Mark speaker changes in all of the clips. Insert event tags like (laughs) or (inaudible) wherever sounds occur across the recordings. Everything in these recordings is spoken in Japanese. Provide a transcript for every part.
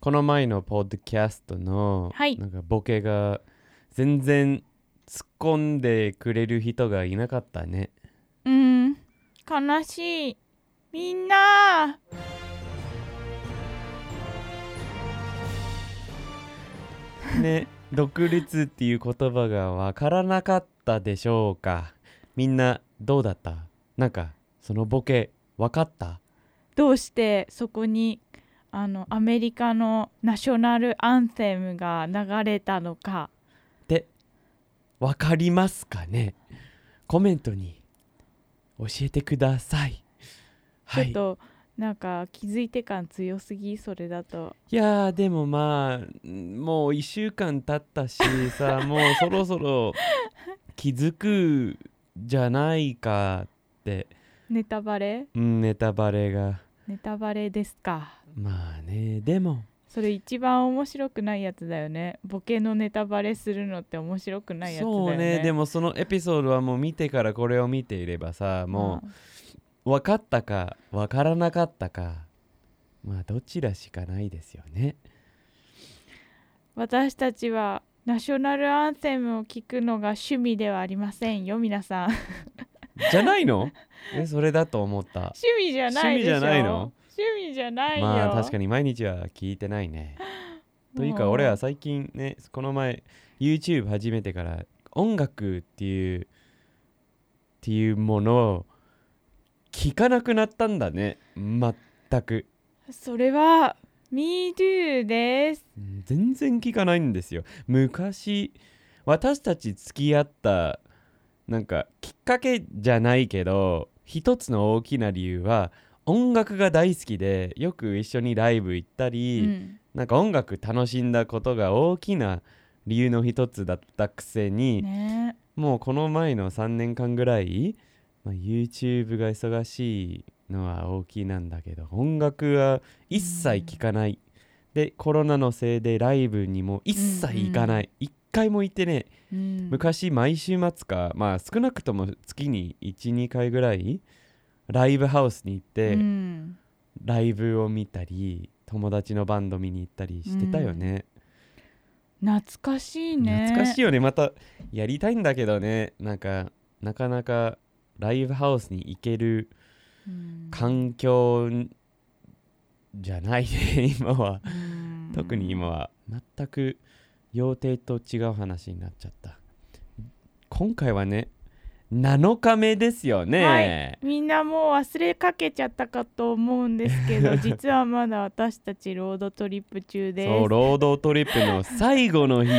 Speaker 1: この前のポッドキャストの、
Speaker 2: はい
Speaker 1: なんかボケが全然突っ込んでくれる人がいなかった
Speaker 2: (laughs)
Speaker 1: ね。
Speaker 2: うん悲しいみんな
Speaker 1: ね、独立っていう言葉がわからなかったでしょうか。みんなどうだったなんかそのボケわかった
Speaker 2: どうしてそこにあのアメリカのナショナルアンセムが流れたのか
Speaker 1: ってわかりますかねコメントに教えてください。
Speaker 2: ち
Speaker 1: は
Speaker 2: ょ
Speaker 1: い
Speaker 2: っ。と、なんか気づいて感強すぎそれだと
Speaker 1: いやーでもまあんもう1週間経ったし
Speaker 2: (laughs)
Speaker 1: さもうそろそろ気づくじゃないかって、
Speaker 2: ネタバレ
Speaker 1: うん、ネタバレが
Speaker 2: ネタバレですか
Speaker 1: まあねでも
Speaker 2: それ一番面白くないやつだよねボケのネタバレするのって面白くないやつだよね
Speaker 1: そうねで
Speaker 2: も
Speaker 1: もそのエピソードはもう見てからこれを見ていればさもう分かったか分からなかったかまあどちらしかないですよ
Speaker 2: (laughs)
Speaker 1: ね
Speaker 2: 私たちはナショナルアンセムを聞くのが趣味ではありませんよ皆さん趣
Speaker 1: じゃないのえそれだと思った
Speaker 2: 味じゃないで
Speaker 1: 趣味じ
Speaker 2: しょ
Speaker 1: ゃないの
Speaker 2: 趣味じゃないよ
Speaker 1: まあ確か
Speaker 2: に
Speaker 1: に毎日は聞いてないねというか俺は最近ねこの前 YouTube 始めてから音楽っていうっていうものを聞かなくなったんだね全く
Speaker 2: それは MeToo です
Speaker 1: うん全然聞かないんですよ昔私たち付き合ったなんかきっかけじゃないけど一つの大きな理由は音楽が大好きでよく一緒にライブ行ったり、
Speaker 2: うん
Speaker 1: なんか音楽楽しんだことが大きな理由の一つだったくせに、
Speaker 2: ね
Speaker 1: もうこの前の3年間ぐらい、まあ、YouTube が忙しいのは大きいなんだけど音楽は一切聴かない、でコロナのせいでライブにも一切行かない、一回も行ってね
Speaker 2: うん
Speaker 1: 昔毎週末かまあ少なくとも月に12回ぐらいライブハウスに行って、
Speaker 2: うん
Speaker 1: ライブを見たり友達のバンド見に行ったりしてたよね、
Speaker 2: 懐かしいね
Speaker 1: 懐かしい
Speaker 2: い
Speaker 1: よねまたやりたいんだけどねなんかなかなかライブハウスに行ける環境じゃないね (laughs) 今は特に今は全く予定と違う話になっちゃった今回はね7日目ですよね、
Speaker 2: みんなもう忘れかけちゃったかと思うんです
Speaker 1: (laughs)
Speaker 2: けど実はまだ私たちロードトリップ中です
Speaker 1: そう労働トリップの最後
Speaker 2: (laughs)
Speaker 1: の日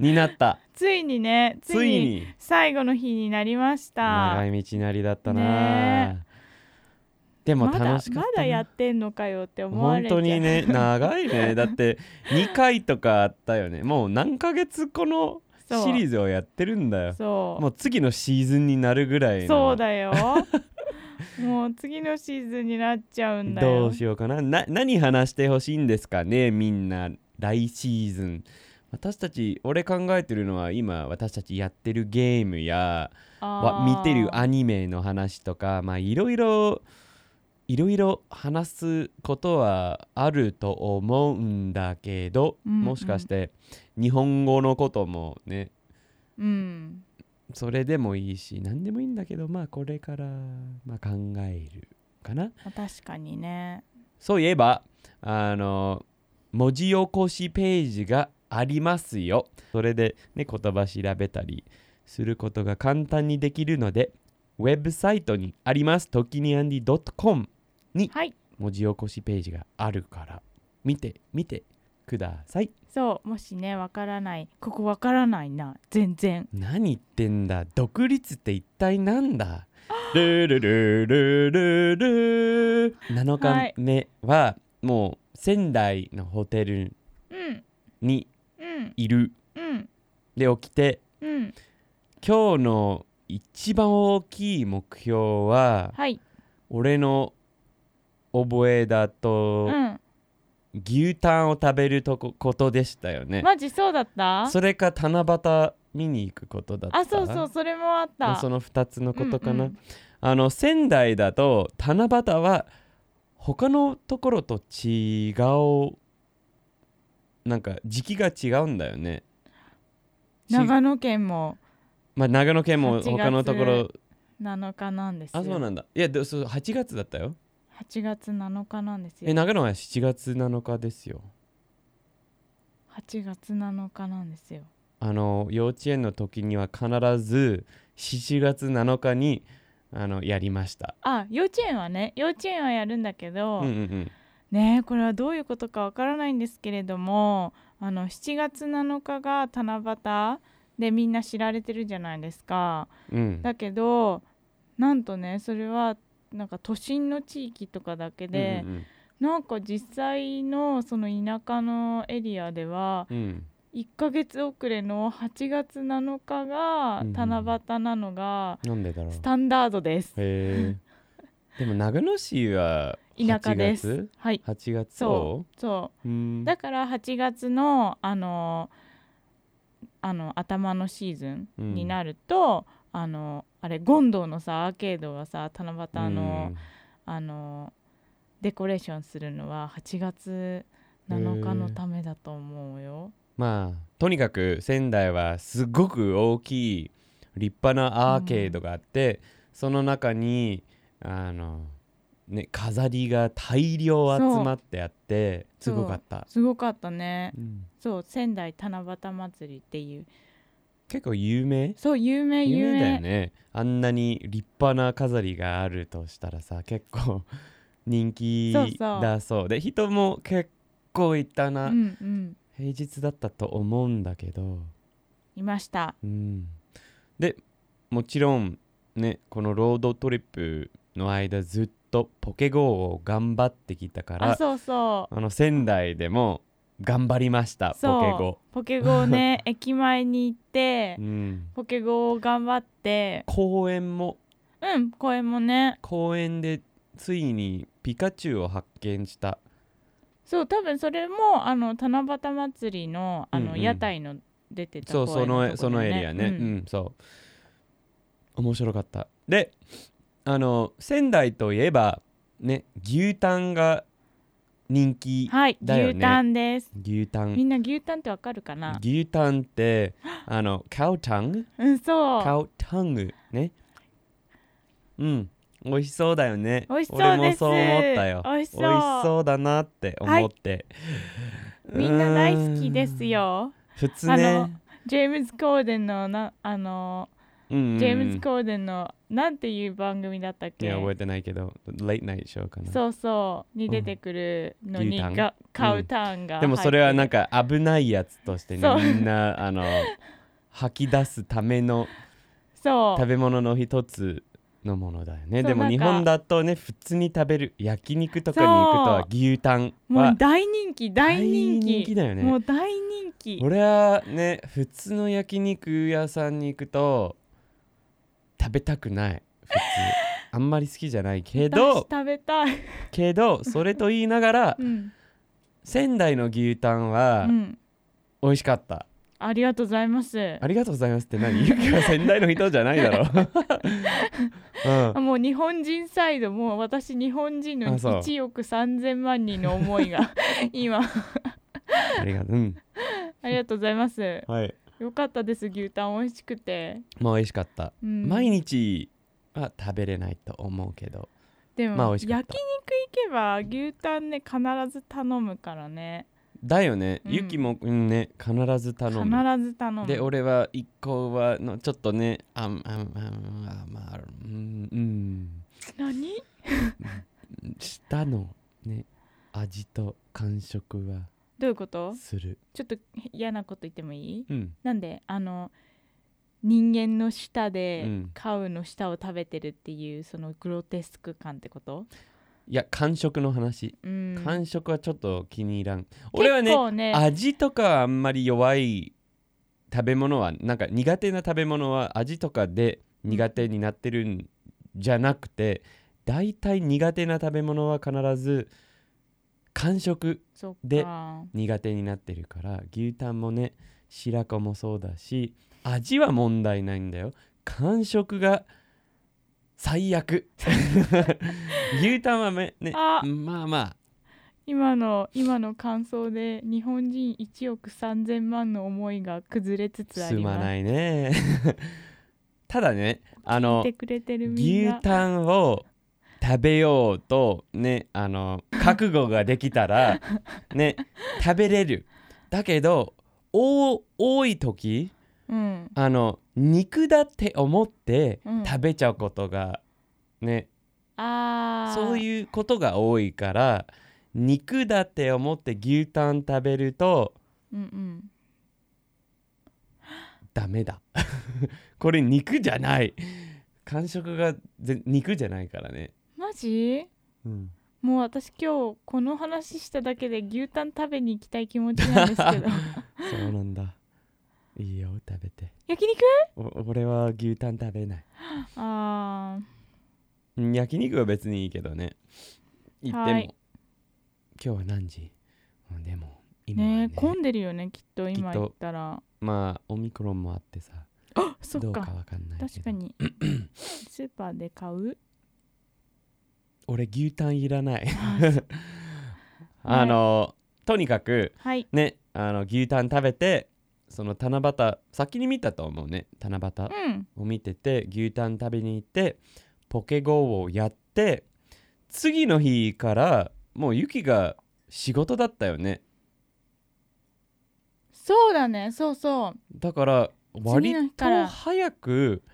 Speaker 1: になった
Speaker 2: ついにねつ
Speaker 1: つ
Speaker 2: い
Speaker 1: い
Speaker 2: に
Speaker 1: に
Speaker 2: 最後の日になりました
Speaker 1: 長い道なりだったな、
Speaker 2: ね
Speaker 1: でも
Speaker 2: ま
Speaker 1: 楽
Speaker 2: だ
Speaker 1: しかったな
Speaker 2: まだやってんのかよって思わ
Speaker 1: 本
Speaker 2: れちゃう
Speaker 1: 当にね長い
Speaker 2: (laughs)
Speaker 1: ねだって2回とかあったよねもう何ヶ月この
Speaker 2: そう
Speaker 1: シリーズをやってるんだよ
Speaker 2: そう
Speaker 1: もう次のシーズンになるぐらいの
Speaker 2: そうだよ (laughs) もう次のシーズンになっちゃうんだよ
Speaker 1: どうしようかなな何話してほしいんですかねみんな来シーズン私たち俺考えてるのは今私たちやってるゲームやわ
Speaker 2: あー
Speaker 1: 見てるアニメの話とかまあいろいろいろいろ話すことはあると思うんだけど、
Speaker 2: うんうん
Speaker 1: もしかして日本語のこともね
Speaker 2: うん
Speaker 1: それでもいいし何でもいいんだけどまあこれから、まあ、考えるかな
Speaker 2: まあ確かにね
Speaker 1: そういえばあの文字起こしページがありますよそれで、ね、言葉調べたりすることが簡単にできるのでウェブサイトにありますときにアンディ .com
Speaker 2: はい
Speaker 1: 文字起こしページがあるから見て見てください
Speaker 2: そうもしねわからないここわからないな全然
Speaker 1: 何言ってんだ独立って一体なんだルルルルルル7日目はもう仙台のホテル
Speaker 2: うん
Speaker 1: に
Speaker 2: うん
Speaker 1: いる
Speaker 2: うん
Speaker 1: で起きて
Speaker 2: うん
Speaker 1: 今日の一番大きい目標は
Speaker 2: はい
Speaker 1: 俺の覚えだ
Speaker 2: う
Speaker 1: と
Speaker 2: ん
Speaker 1: 牛タンを食べるとこことでしたよね。
Speaker 2: マジそうだった
Speaker 1: それか七夕見に行くことだった
Speaker 2: あそうそうそれもあった
Speaker 1: その2つのことかな。
Speaker 2: うんうん
Speaker 1: あの仙台だと七夕は他のところと違うなんか時期が違うんだよねし
Speaker 2: 長野県も
Speaker 1: まあ、長野県も
Speaker 2: 8月
Speaker 1: 他のところ
Speaker 2: 7日なんですよ
Speaker 1: あそうなんだいやでそう8月だったよ
Speaker 2: 8月7日なんですよ
Speaker 1: え長野は7月7日ですよ
Speaker 2: 8月7日なんですよ
Speaker 1: あの幼稚園の時には必ず7月7日にあのやりました
Speaker 2: あ幼稚園はね幼稚園はやるんだけ
Speaker 1: う
Speaker 2: ど、
Speaker 1: んうんうん
Speaker 2: ねこれはどういうことかわからないんですけれどもあの7月7日が七夕でみんな知られてるじゃないですか
Speaker 1: うん
Speaker 2: だけどなんとねそれはなんか都心の地域とかだけで、
Speaker 1: うんうん
Speaker 2: なんか実際のその田舎のエリアでは
Speaker 1: うんうん
Speaker 2: 1ヶ月遅れの8月7日が
Speaker 1: うん
Speaker 2: 七夕なのが
Speaker 1: なんでだろう
Speaker 2: スタンダードです。
Speaker 1: へえでも長野市は
Speaker 2: 田舎で
Speaker 1: 8
Speaker 2: す。はい、
Speaker 1: 月8月
Speaker 2: そ、
Speaker 1: そう
Speaker 2: そう
Speaker 1: うん
Speaker 2: う。だから8月のあのあの頭のシーズンになると、あのあれ権藤のさアーケードがさ七夕の、あのデコレーションするのは8月7日のためだと思うよ。
Speaker 1: まあとにかく仙台はすごく大きい立派なアーケードがあって、その中にあの、ね、飾りが大量集まってあってす
Speaker 2: そう
Speaker 1: ごかった、
Speaker 2: すごかったね。
Speaker 1: うん
Speaker 2: そう仙台七夕祭りっていう
Speaker 1: 結構有名
Speaker 2: そう有名有
Speaker 1: 有
Speaker 2: 名
Speaker 1: 名だよねあんなに立派な飾りがあるとしたらさ結構
Speaker 2: (laughs)
Speaker 1: 人気
Speaker 2: そうそう
Speaker 1: だそうで人も結構いたな、
Speaker 2: うんうん
Speaker 1: 平日だったと思うんだけど
Speaker 2: いました
Speaker 1: うん、でもちろんねこのロードトリップの間ずっとポケ GO を頑張ってきたか
Speaker 2: あ
Speaker 1: ら
Speaker 2: そうそ
Speaker 1: あの仙台でも頑張りました
Speaker 2: うそう
Speaker 1: ポケ GO、
Speaker 2: ポケゴ
Speaker 1: (laughs)
Speaker 2: ーね駅前に行って
Speaker 1: うん、
Speaker 2: ポケゴーを頑張って
Speaker 1: 公園も
Speaker 2: うん声もね
Speaker 1: 公園でついにピカチュウを発見した
Speaker 2: そう多分それもあの七夕祭りのあの、
Speaker 1: うんうん
Speaker 2: 屋台の出てた
Speaker 1: そうその
Speaker 2: 声
Speaker 1: そのエリアね、
Speaker 2: う
Speaker 1: うんんそう面白かったであの仙台といえばね牛タンが人気、
Speaker 2: はい、
Speaker 1: だよね
Speaker 2: 牛タンです
Speaker 1: 牛タン
Speaker 2: みんな牛タンってわかるかな
Speaker 1: 牛タンって
Speaker 2: (gasps)
Speaker 1: あの cow tongue
Speaker 2: うんそう
Speaker 1: cow tongue ねうん美味しそうだよね
Speaker 2: 美味しそうです
Speaker 1: 俺もそう思ったよ
Speaker 2: 美味しそう
Speaker 1: 美味しそうだなって思って、
Speaker 2: みんな大好きで
Speaker 1: う
Speaker 2: す
Speaker 1: ーん
Speaker 2: よ
Speaker 1: 普通
Speaker 2: あ
Speaker 1: ね
Speaker 2: ジェームズ・コーデンのなあの
Speaker 1: ジェ
Speaker 2: ジェームズ・コーデンのなんていう番組だったっ
Speaker 1: い
Speaker 2: け
Speaker 1: や覚えてないけど late night show かな
Speaker 2: そうそうに出てくるの
Speaker 1: 牛
Speaker 2: に
Speaker 1: タン
Speaker 2: がカウターンが入ってる
Speaker 1: でもそれはなんか危ないやつとして
Speaker 2: そ
Speaker 1: ね
Speaker 2: う
Speaker 1: みんなあの吐き出すための
Speaker 2: そう
Speaker 1: 食べ物の一つのものだよね
Speaker 2: そう
Speaker 1: でも
Speaker 2: なん
Speaker 1: 日
Speaker 2: か
Speaker 1: 本だとね普通に食べる焼肉とかに行くとは牛タン
Speaker 2: もう
Speaker 1: は
Speaker 2: 大人気大人
Speaker 1: 大
Speaker 2: 気
Speaker 1: だよね
Speaker 2: もう大人気
Speaker 1: 俺はね普通の焼肉屋さんに行くと食べたくない普通あんまり好きじゃないけ
Speaker 2: 私 (laughs)
Speaker 1: ど
Speaker 2: 食べた
Speaker 1: (laughs)
Speaker 2: い、
Speaker 1: けどそれと言いながら
Speaker 2: うん
Speaker 1: 仙台の牛タン
Speaker 2: う
Speaker 1: は
Speaker 2: ん、
Speaker 1: 美味しかった
Speaker 2: ありがとうございます
Speaker 1: ありがとうございますって何 (laughs) ゆきは仙台の人じゃないだろ (laughs) うん
Speaker 2: あもう日本人サイドもう私日本人の
Speaker 1: あそう
Speaker 2: 1億3000万人の思いが
Speaker 1: (laughs)
Speaker 2: 今
Speaker 1: ありがとううん
Speaker 2: ありがとうございます
Speaker 1: はい
Speaker 2: よかったです牛タン美味しくて、
Speaker 1: もう美味しかった
Speaker 2: うん、
Speaker 1: 毎日は食べれないと思うけど
Speaker 2: でも、
Speaker 1: まあ美味し
Speaker 2: 焼肉
Speaker 1: かった
Speaker 2: 行けば牛タンね必ず頼むからね
Speaker 1: だよね、
Speaker 2: うん
Speaker 1: ゆきもうんね必ず頼
Speaker 2: 必
Speaker 1: む
Speaker 2: ず頼む
Speaker 1: で俺は一個はのちょっとねあんあんあんあんまあうんう
Speaker 2: 何
Speaker 1: ん舌のね味と感触は
Speaker 2: どういうこと
Speaker 1: する
Speaker 2: ちょっと嫌なこと言ってもいい
Speaker 1: うん
Speaker 2: なんであの人間の舌
Speaker 1: う
Speaker 2: で
Speaker 1: ん
Speaker 2: カウの舌を食べてるっていうそのグロテスク感ってこと
Speaker 1: いや感触の話
Speaker 2: うん
Speaker 1: 感触はちょっと気に入らん、俺はね
Speaker 2: 結構ね
Speaker 1: 味とかあんまり弱い食べ物はなんか苦手な食べ物は味とかで苦手になってるんじゃなくて大体苦手な食べ物は必ず感触
Speaker 2: そっ
Speaker 1: で
Speaker 2: か
Speaker 1: 苦手になってるから牛タンもね白子もそうだし味は問題ないんだよ感触が
Speaker 2: (laughs)
Speaker 1: 最悪牛タンはめね
Speaker 2: あ
Speaker 1: まあまあ
Speaker 2: 今の今の感想で日本人1億3000万の思いが崩れつつあ
Speaker 1: す
Speaker 2: ります
Speaker 1: まないね
Speaker 2: (laughs)
Speaker 1: ただねあの
Speaker 2: 聞いてくれてるみんな
Speaker 1: 牛タンを食べようとねあの覚悟ができた
Speaker 2: (laughs)
Speaker 1: らね食べれるだけどお多い時
Speaker 2: うん
Speaker 1: あの肉だって思って
Speaker 2: うん
Speaker 1: 食べちゃうことがね、
Speaker 2: ああ
Speaker 1: そう
Speaker 2: う
Speaker 1: いうことが多いから肉だって思って牛タン食べると
Speaker 2: うんうん
Speaker 1: ダメだ (laughs) これ肉じゃない感触がぜ肉じゃないからね、
Speaker 2: マジ
Speaker 1: うん、
Speaker 2: もう私今日この話しただけで牛タン食べに行きたい気持ちなんです
Speaker 1: (laughs)
Speaker 2: けど
Speaker 1: そうなんだいいよ食べて
Speaker 2: 焼肉
Speaker 1: お俺は牛タン食べない
Speaker 2: あ
Speaker 1: うん焼肉は別にいいけどね行っても、
Speaker 2: はい
Speaker 1: 今日は何時うんでも
Speaker 2: ー
Speaker 1: 今はね
Speaker 2: ね混んでるよねきっと今
Speaker 1: きっと
Speaker 2: 行ったら
Speaker 1: まあオミクロンもあってさ
Speaker 2: あそ
Speaker 1: ど
Speaker 2: っ
Speaker 1: うか
Speaker 2: か
Speaker 1: わかんないけど
Speaker 2: 確か
Speaker 1: (clears throat)
Speaker 2: にスーパーで買う
Speaker 1: 俺牛タンいらない (laughs)
Speaker 2: はい
Speaker 1: あのとにかく
Speaker 2: はい
Speaker 1: ねあの牛タン食べてその七夕先に見たと思うね七夕
Speaker 2: うん
Speaker 1: を見てて牛タン食べに行ってポケゴーをやって次の日からもうユキが仕事だったよね
Speaker 2: そうだねそうそう
Speaker 1: だから割
Speaker 2: 次の日か
Speaker 1: と
Speaker 2: ら
Speaker 1: 早く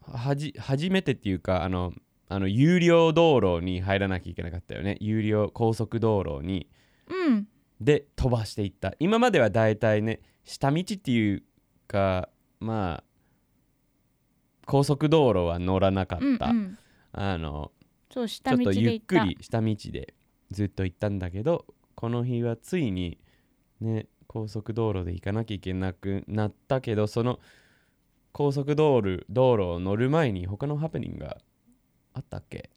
Speaker 1: はじ初めてっていうかあのあの有料道路に入らなきゃいけなかったよね有料高速道路に
Speaker 2: うん
Speaker 1: で飛ばしていった今まではだいたいね下道っていうかまあ高速道路は乗らなかった、
Speaker 2: うんうん
Speaker 1: あの
Speaker 2: そう下
Speaker 1: ちょ
Speaker 2: 道
Speaker 1: っと
Speaker 2: で
Speaker 1: ゆっ
Speaker 2: 行っ
Speaker 1: く
Speaker 2: た
Speaker 1: り下道でずっと行ったんだけどこの日はついにね高速道路で行かなきゃいけなくなったけどその高速道路道路を乗る前に他のハプニングがあったっけ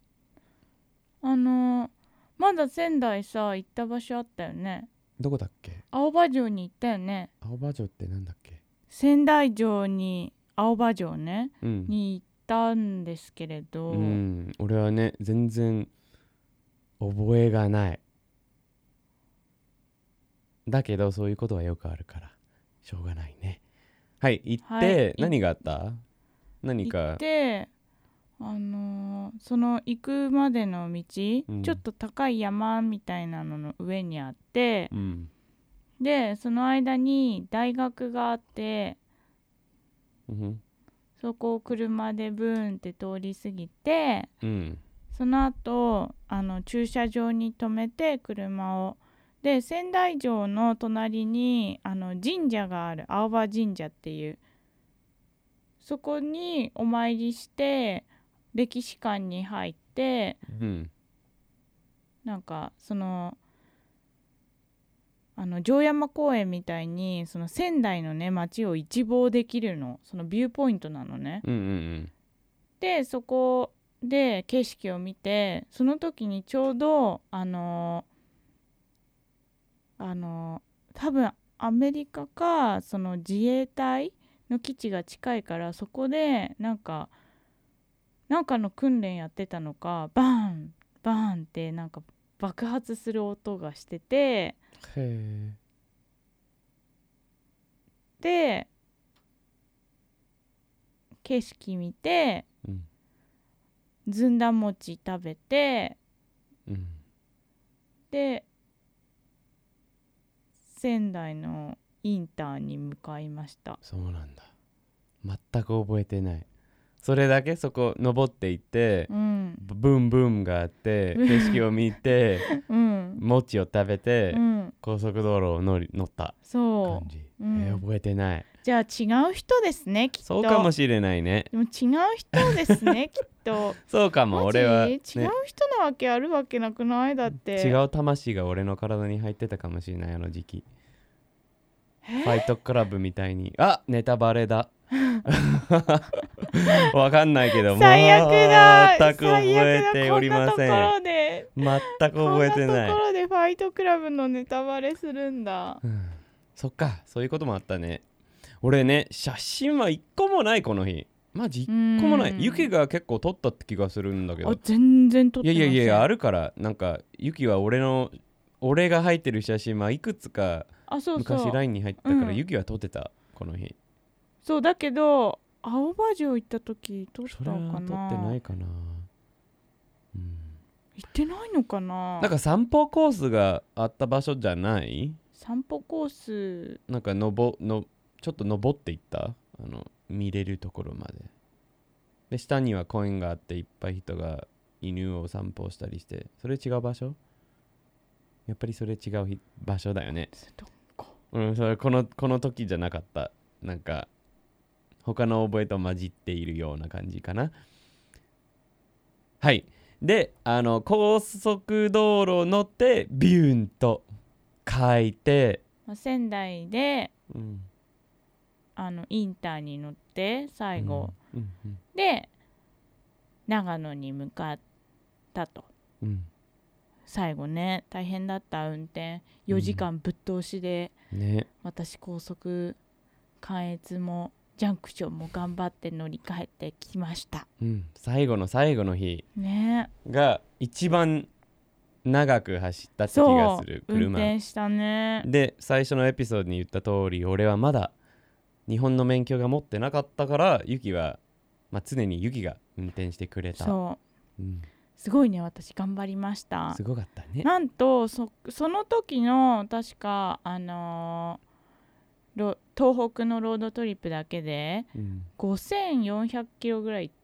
Speaker 2: あのーまだ仙台さ行った場所あったよね
Speaker 1: どこだっけ
Speaker 2: 青葉城に行ったよね
Speaker 1: 青葉城ってなんだっけ
Speaker 2: 仙台城に青葉城ね
Speaker 1: うん、
Speaker 2: に行ったんですけれ
Speaker 1: う
Speaker 2: ど、
Speaker 1: ん、俺はね全然覚えがないだけどそういうことはよくあるからしょうがないねはい行って、
Speaker 2: はい
Speaker 1: 何があった何
Speaker 2: 行
Speaker 1: か
Speaker 2: ってあのーその行くまでの道、
Speaker 1: うん
Speaker 2: ちょっと高い山みたいなのの上にあって
Speaker 1: うん
Speaker 2: でその間に大学があって
Speaker 1: うん
Speaker 2: そこを車でブーンって通り過ぎて
Speaker 1: うん
Speaker 2: その後あの駐車場に止めて車をで仙台城の隣にあの神社がある青葉神社っていうそこにお参りして歴史館に入って
Speaker 1: うん
Speaker 2: なんかそのあの城山公園みたいにその仙台のね街を一望できるのそのビューポイントなのね。
Speaker 1: うんうん
Speaker 2: でそこで景色を見てその時にちょうどあのあの多分アメリカかその自衛隊の基地が近いからそこでなんかなんかの訓練やってたのかバーンバーンってなんか爆発する音がしてて
Speaker 1: へえ
Speaker 2: で景色見て
Speaker 1: うん
Speaker 2: ずんだ餅食べて
Speaker 1: うん
Speaker 2: で仙台のインターに向かいました
Speaker 1: そうなんだ全く覚えてないそれだけそこ登っていって、
Speaker 2: うん
Speaker 1: ブブンブンがあって
Speaker 2: うん
Speaker 1: 景色を見て
Speaker 2: うん
Speaker 1: 餅を食べて、
Speaker 2: うん
Speaker 1: 高速道路を乗り乗った
Speaker 2: そ
Speaker 1: 感じ、
Speaker 2: うん
Speaker 1: えー覚えてないう
Speaker 2: じゃあ違う人ですねきっと
Speaker 1: そうかもしれないね
Speaker 2: でも違う人ですね (laughs) きっと
Speaker 1: そうかも
Speaker 2: マジ
Speaker 1: 俺は、
Speaker 2: 違
Speaker 1: ね
Speaker 2: う、人なわけあるわけなくないだって
Speaker 1: 違う魂が俺の体に入ってたかもしれないあの時期
Speaker 2: え
Speaker 1: ファイトクラブみたいにあネタバレ
Speaker 2: (laughs)
Speaker 1: だわかんないけど
Speaker 2: 最悪だ
Speaker 1: 全く覚えておりませ
Speaker 2: 最悪だ
Speaker 1: ん
Speaker 2: こんな
Speaker 1: 全
Speaker 2: ところで
Speaker 1: く覚えて
Speaker 2: こんな
Speaker 1: ない
Speaker 2: ところでファイトクラブのネタバレするんだ
Speaker 1: うんそっかそういうこともあったね俺ね写真は一個もないこの日マジ一個もな
Speaker 2: うん
Speaker 1: いユキが結構撮ったって気がするんだけど
Speaker 2: あ全然撮っ
Speaker 1: い
Speaker 2: て
Speaker 1: や
Speaker 2: ま
Speaker 1: い
Speaker 2: せ
Speaker 1: や
Speaker 2: ん
Speaker 1: いやあるからなんかユキは俺の俺が入ってる写真まあいくつか
Speaker 2: あそうそ
Speaker 1: 昔
Speaker 2: う
Speaker 1: LINE に入ったから、
Speaker 2: うん
Speaker 1: ユキは撮ってたこの日
Speaker 2: そうだけど青葉城行った時撮っ
Speaker 1: そ
Speaker 2: た
Speaker 1: れは
Speaker 2: の
Speaker 1: 撮
Speaker 2: か
Speaker 1: って
Speaker 2: な
Speaker 1: ないかな、うん、
Speaker 2: 行ってないのかな
Speaker 1: なんか散歩コースがあった場所じゃない
Speaker 2: 散歩コース
Speaker 1: なんかのぼのちょっと登っていったあの見れるところまでで下には公園があっていっぱい人が犬を散歩したりしてそれ違う場所やっぱりそれ違うひ場所だよね
Speaker 2: どこ
Speaker 1: うんそれこのこの時じゃなかったなんか他の覚えと混じっているような感じかなはいであの高速道路乗ってビューンと書いて、
Speaker 2: まあ仙台で
Speaker 1: うん
Speaker 2: あのインターに乗って最後、
Speaker 1: うんうん
Speaker 2: で長野に向かったと
Speaker 1: うん
Speaker 2: 最後ね大変だった運転4時間ぶっ通しで、
Speaker 1: うんね
Speaker 2: 私高速関越もジャンクションも頑張って乗り換えてきました
Speaker 1: うん最後の最後の日
Speaker 2: ね
Speaker 1: が一番長く走った気が
Speaker 2: そ
Speaker 1: する
Speaker 2: う運
Speaker 1: 車
Speaker 2: 転したね
Speaker 1: で最初のエピソードに言った通り俺はまだ日本の免許が持ってなかったからユキは、まあ、常にユキが運転してくれた、
Speaker 2: そう
Speaker 1: うん
Speaker 2: すごいね私頑張りました
Speaker 1: すごかったね
Speaker 2: なんとそその時の確かあのーロ東北のロードトリップだけで
Speaker 1: うん
Speaker 2: 5400キロぐらい行っ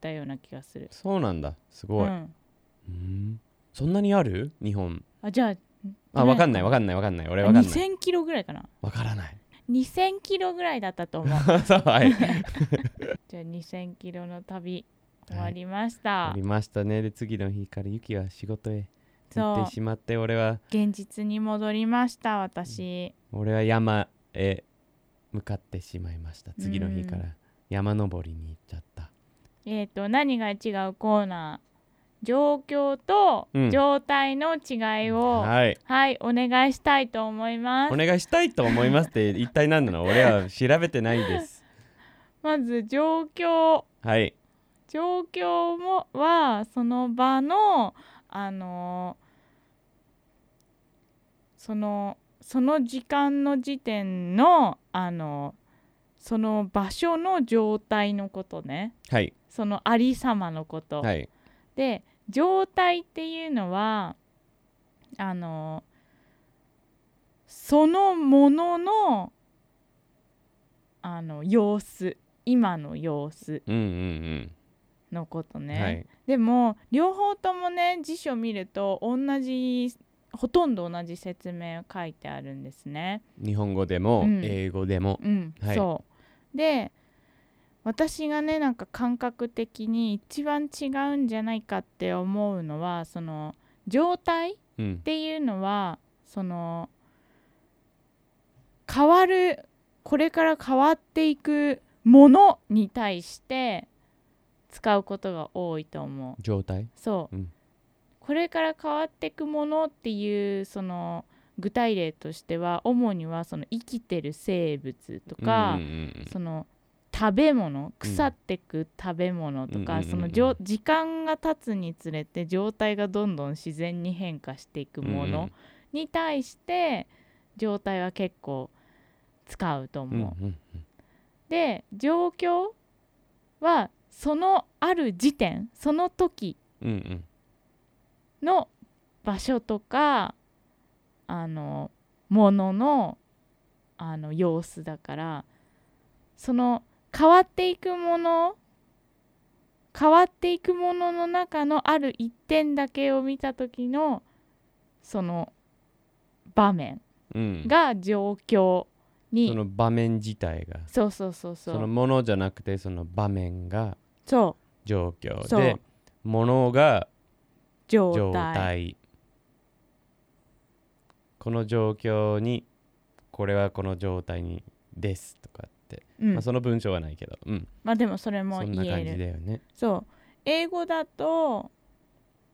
Speaker 2: たような気がする。
Speaker 1: そうなんだすごい、う
Speaker 2: う
Speaker 1: ん、
Speaker 2: ん、
Speaker 1: そんなにある日本
Speaker 2: あじゃあ
Speaker 1: あわかんないわ
Speaker 2: か
Speaker 1: かんないわかんない俺わかんない
Speaker 2: 2000キロぐらいかな
Speaker 1: わからない (laughs)
Speaker 2: 2000キロぐらいだったと思う
Speaker 1: そうはい
Speaker 2: じゃあ2000キロの旅終わりました、
Speaker 1: (laughs) ありましたねで次の日からユキは仕事へ行
Speaker 2: そ
Speaker 1: っ
Speaker 2: う
Speaker 1: てしまって俺は
Speaker 2: 現実に戻りました私、
Speaker 1: 俺は山へ向かってしまいました次の日から山登りに行っちゃった
Speaker 2: えっ、と何が違うコーナー状況と
Speaker 1: うん
Speaker 2: 状態の違いを、
Speaker 1: はい
Speaker 2: はい、お願いしたいと思います
Speaker 1: お。願いしたいと思いますって一体何なの俺は調べてないです
Speaker 2: まず状況、
Speaker 1: はい
Speaker 2: 状況もはその場のあのそのその時間の時点のあのその場所の状態のことね。
Speaker 1: はい
Speaker 2: そのありさまのこと。
Speaker 1: はい
Speaker 2: で状態っていうのはあのそのもののあの様子今の様子
Speaker 1: うんうん
Speaker 2: のこと
Speaker 1: うん、
Speaker 2: ね、
Speaker 1: はい
Speaker 2: でも両方ともね辞書見ると同じほとんど同じ説明書いてあるんですね。
Speaker 1: 日本語でも
Speaker 2: うん
Speaker 1: 英語でも
Speaker 2: うん、
Speaker 1: はい
Speaker 2: そうで私がねなんか感覚的に一番違うんじゃないかって思うのはその状態っ
Speaker 1: うん
Speaker 2: ていうのはその変わるこれから変わっていくものに対して使うことが多いと思う。
Speaker 1: 状態
Speaker 2: そう、
Speaker 1: うん
Speaker 2: これから変わっていくものっていうその具体例としては主にはその生きてる生物とか、
Speaker 1: うんうん
Speaker 2: その食べ物腐ってく食べ物と
Speaker 1: うん
Speaker 2: か、
Speaker 1: うんうんうん
Speaker 2: そのじょ時間が経つにつれて状態がどんどん自然に変化していく
Speaker 1: うん
Speaker 2: ものに対して状態は結構使うと
Speaker 1: うんうん
Speaker 2: 思う。
Speaker 1: うん
Speaker 2: で状況はそのある時点その時
Speaker 1: うんうん
Speaker 2: の場所とかあのもののあの様子だからその変わっていくもの変わっていくものの中のある一点だけを見た時のその場面
Speaker 1: うん
Speaker 2: が状況に、
Speaker 1: その場面自体が
Speaker 2: そうそうそうそ
Speaker 1: そうのものじゃなくてその場面が
Speaker 2: そう
Speaker 1: 状況
Speaker 2: そ
Speaker 1: で
Speaker 2: う
Speaker 1: ものが
Speaker 2: 状態
Speaker 1: 状態この状況にこれはこの状態にですとかって、
Speaker 2: うん
Speaker 1: ま
Speaker 2: ま
Speaker 1: あ、その文章はないけど、うん、
Speaker 2: あでもそれも
Speaker 1: そん
Speaker 2: 言
Speaker 1: な
Speaker 2: え
Speaker 1: 感
Speaker 2: る
Speaker 1: じだよね
Speaker 2: そう英語だと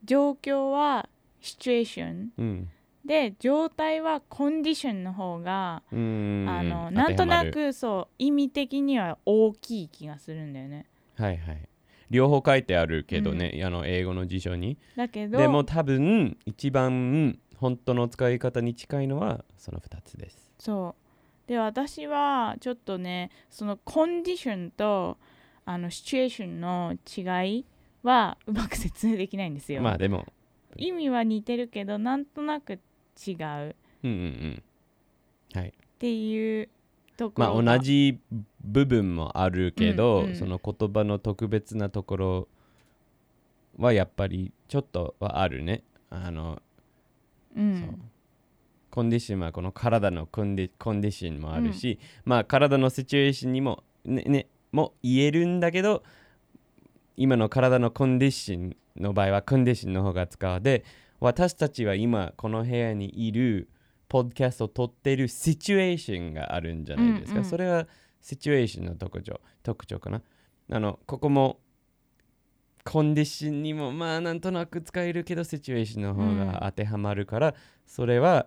Speaker 2: 状況はシチュエーション
Speaker 1: うん
Speaker 2: で状態はコンディションの方が、
Speaker 1: うーん
Speaker 2: あの
Speaker 1: 当
Speaker 2: な
Speaker 1: て
Speaker 2: んと
Speaker 1: はま
Speaker 2: な
Speaker 1: る
Speaker 2: くそう意味的には大きい気がするんだよね
Speaker 1: はいはい両方書いてあるけどね、あの英語の辞書に
Speaker 2: だけど
Speaker 1: でも多分一番本当の使い方に近いのはその2つです。
Speaker 2: そうで私はちょっとねそのコンディションとあのシチュエーションの違いはうまく説明できないんですよ、
Speaker 1: まあでも、
Speaker 2: 意味は似てるけどなんとなく違うっ
Speaker 1: うんうんうん。
Speaker 2: ていうとこ
Speaker 1: ま
Speaker 2: ろ
Speaker 1: あ
Speaker 2: が
Speaker 1: 同じ部分もあるけど、
Speaker 2: うんうん
Speaker 1: その言葉の特別なところはやっぱりちょっとはあるね。あの、
Speaker 2: う
Speaker 1: そうんコンディションはこの体のコンディコンディションもあるし、まあ体のシチュエーションにもねねも言えるんだけど今の体のコンディションの場合はコンディションの方が使うで私たちは今この部屋にいるポッドキャストを撮ってるシチュエーションがあるんじゃないですか、
Speaker 2: うんうん
Speaker 1: それはシチュエーションの特徴特徴かなあのここもコンディションにもまあなんとなく使えるけどシチュエーションの方が当てはまるから、それは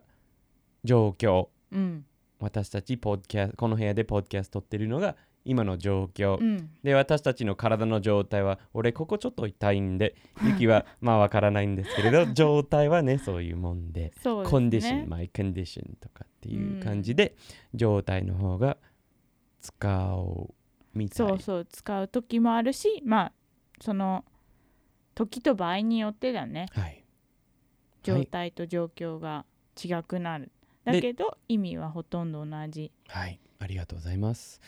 Speaker 1: 状況
Speaker 2: うん
Speaker 1: 私たちポッドキャスこの部屋でポッドキャスト撮ってるのが今の状況、
Speaker 2: うん
Speaker 1: で私たちの体の状態は俺ここちょっと痛いんでユキ
Speaker 2: (laughs)
Speaker 1: はまあわからないんですけれど状態はねそういうもんで
Speaker 2: そうですね
Speaker 1: コンディションマイコンディションとかっていう感じで、状態の方が使おうみたい
Speaker 2: そうそう使う時もあるしまあその時と場合によってだね
Speaker 1: はい
Speaker 2: 状態と状況が違くなる、
Speaker 1: で
Speaker 2: だけど意味はほとんど同じ
Speaker 1: はいありがとうございます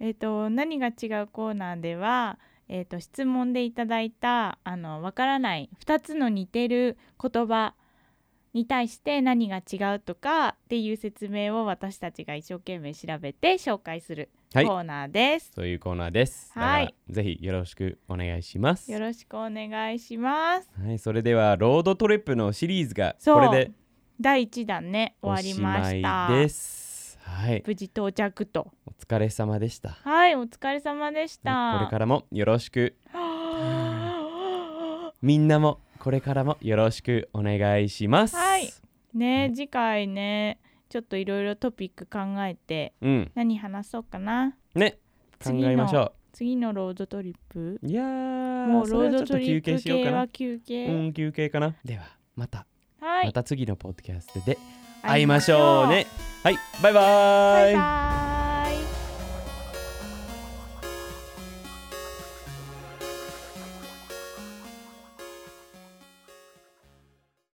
Speaker 2: えー、と何が違うコーナーでは、えー、と質問でいただいたあのわからない2つの似てる言葉に対して何が違うとかっていう説明を私たちが一生懸命調べて紹介するコ
Speaker 1: はい
Speaker 2: ーナーです。
Speaker 1: そういうコーナーですだから
Speaker 2: はい
Speaker 1: ぜひよろしくお願いします
Speaker 2: よろしくお願いします。
Speaker 1: はいそれではロードトリップのシリーズが
Speaker 2: そう
Speaker 1: これで
Speaker 2: 第1弾ね終わりました。
Speaker 1: おしまいですはい
Speaker 2: 無事到着と。
Speaker 1: お疲れ様でした
Speaker 2: はいお疲れ様でし
Speaker 1: ね
Speaker 2: た。
Speaker 1: これからもよろしく
Speaker 2: はあ
Speaker 1: みんなもこれからもよろしくお願いします
Speaker 2: はいね、
Speaker 1: ね
Speaker 2: 次回ねちょっといろいろトピック考えて
Speaker 1: うん
Speaker 2: 何話そうかな
Speaker 1: ね考
Speaker 2: 次の
Speaker 1: えましょ
Speaker 2: 次のロードトリップ
Speaker 1: ういやー
Speaker 2: もう
Speaker 1: そ
Speaker 2: ロ
Speaker 1: れ
Speaker 2: ー
Speaker 1: はちょ
Speaker 2: ド
Speaker 1: っ
Speaker 2: ト
Speaker 1: と
Speaker 2: リ
Speaker 1: 休
Speaker 2: ップ
Speaker 1: 憩しよう
Speaker 2: 系
Speaker 1: か
Speaker 2: は
Speaker 1: な
Speaker 2: 休憩
Speaker 1: うん休憩かなではまた
Speaker 2: はい、
Speaker 1: また次のポッドキャストで会いましょうねはいバイバ
Speaker 2: バ
Speaker 1: ー
Speaker 2: イバイ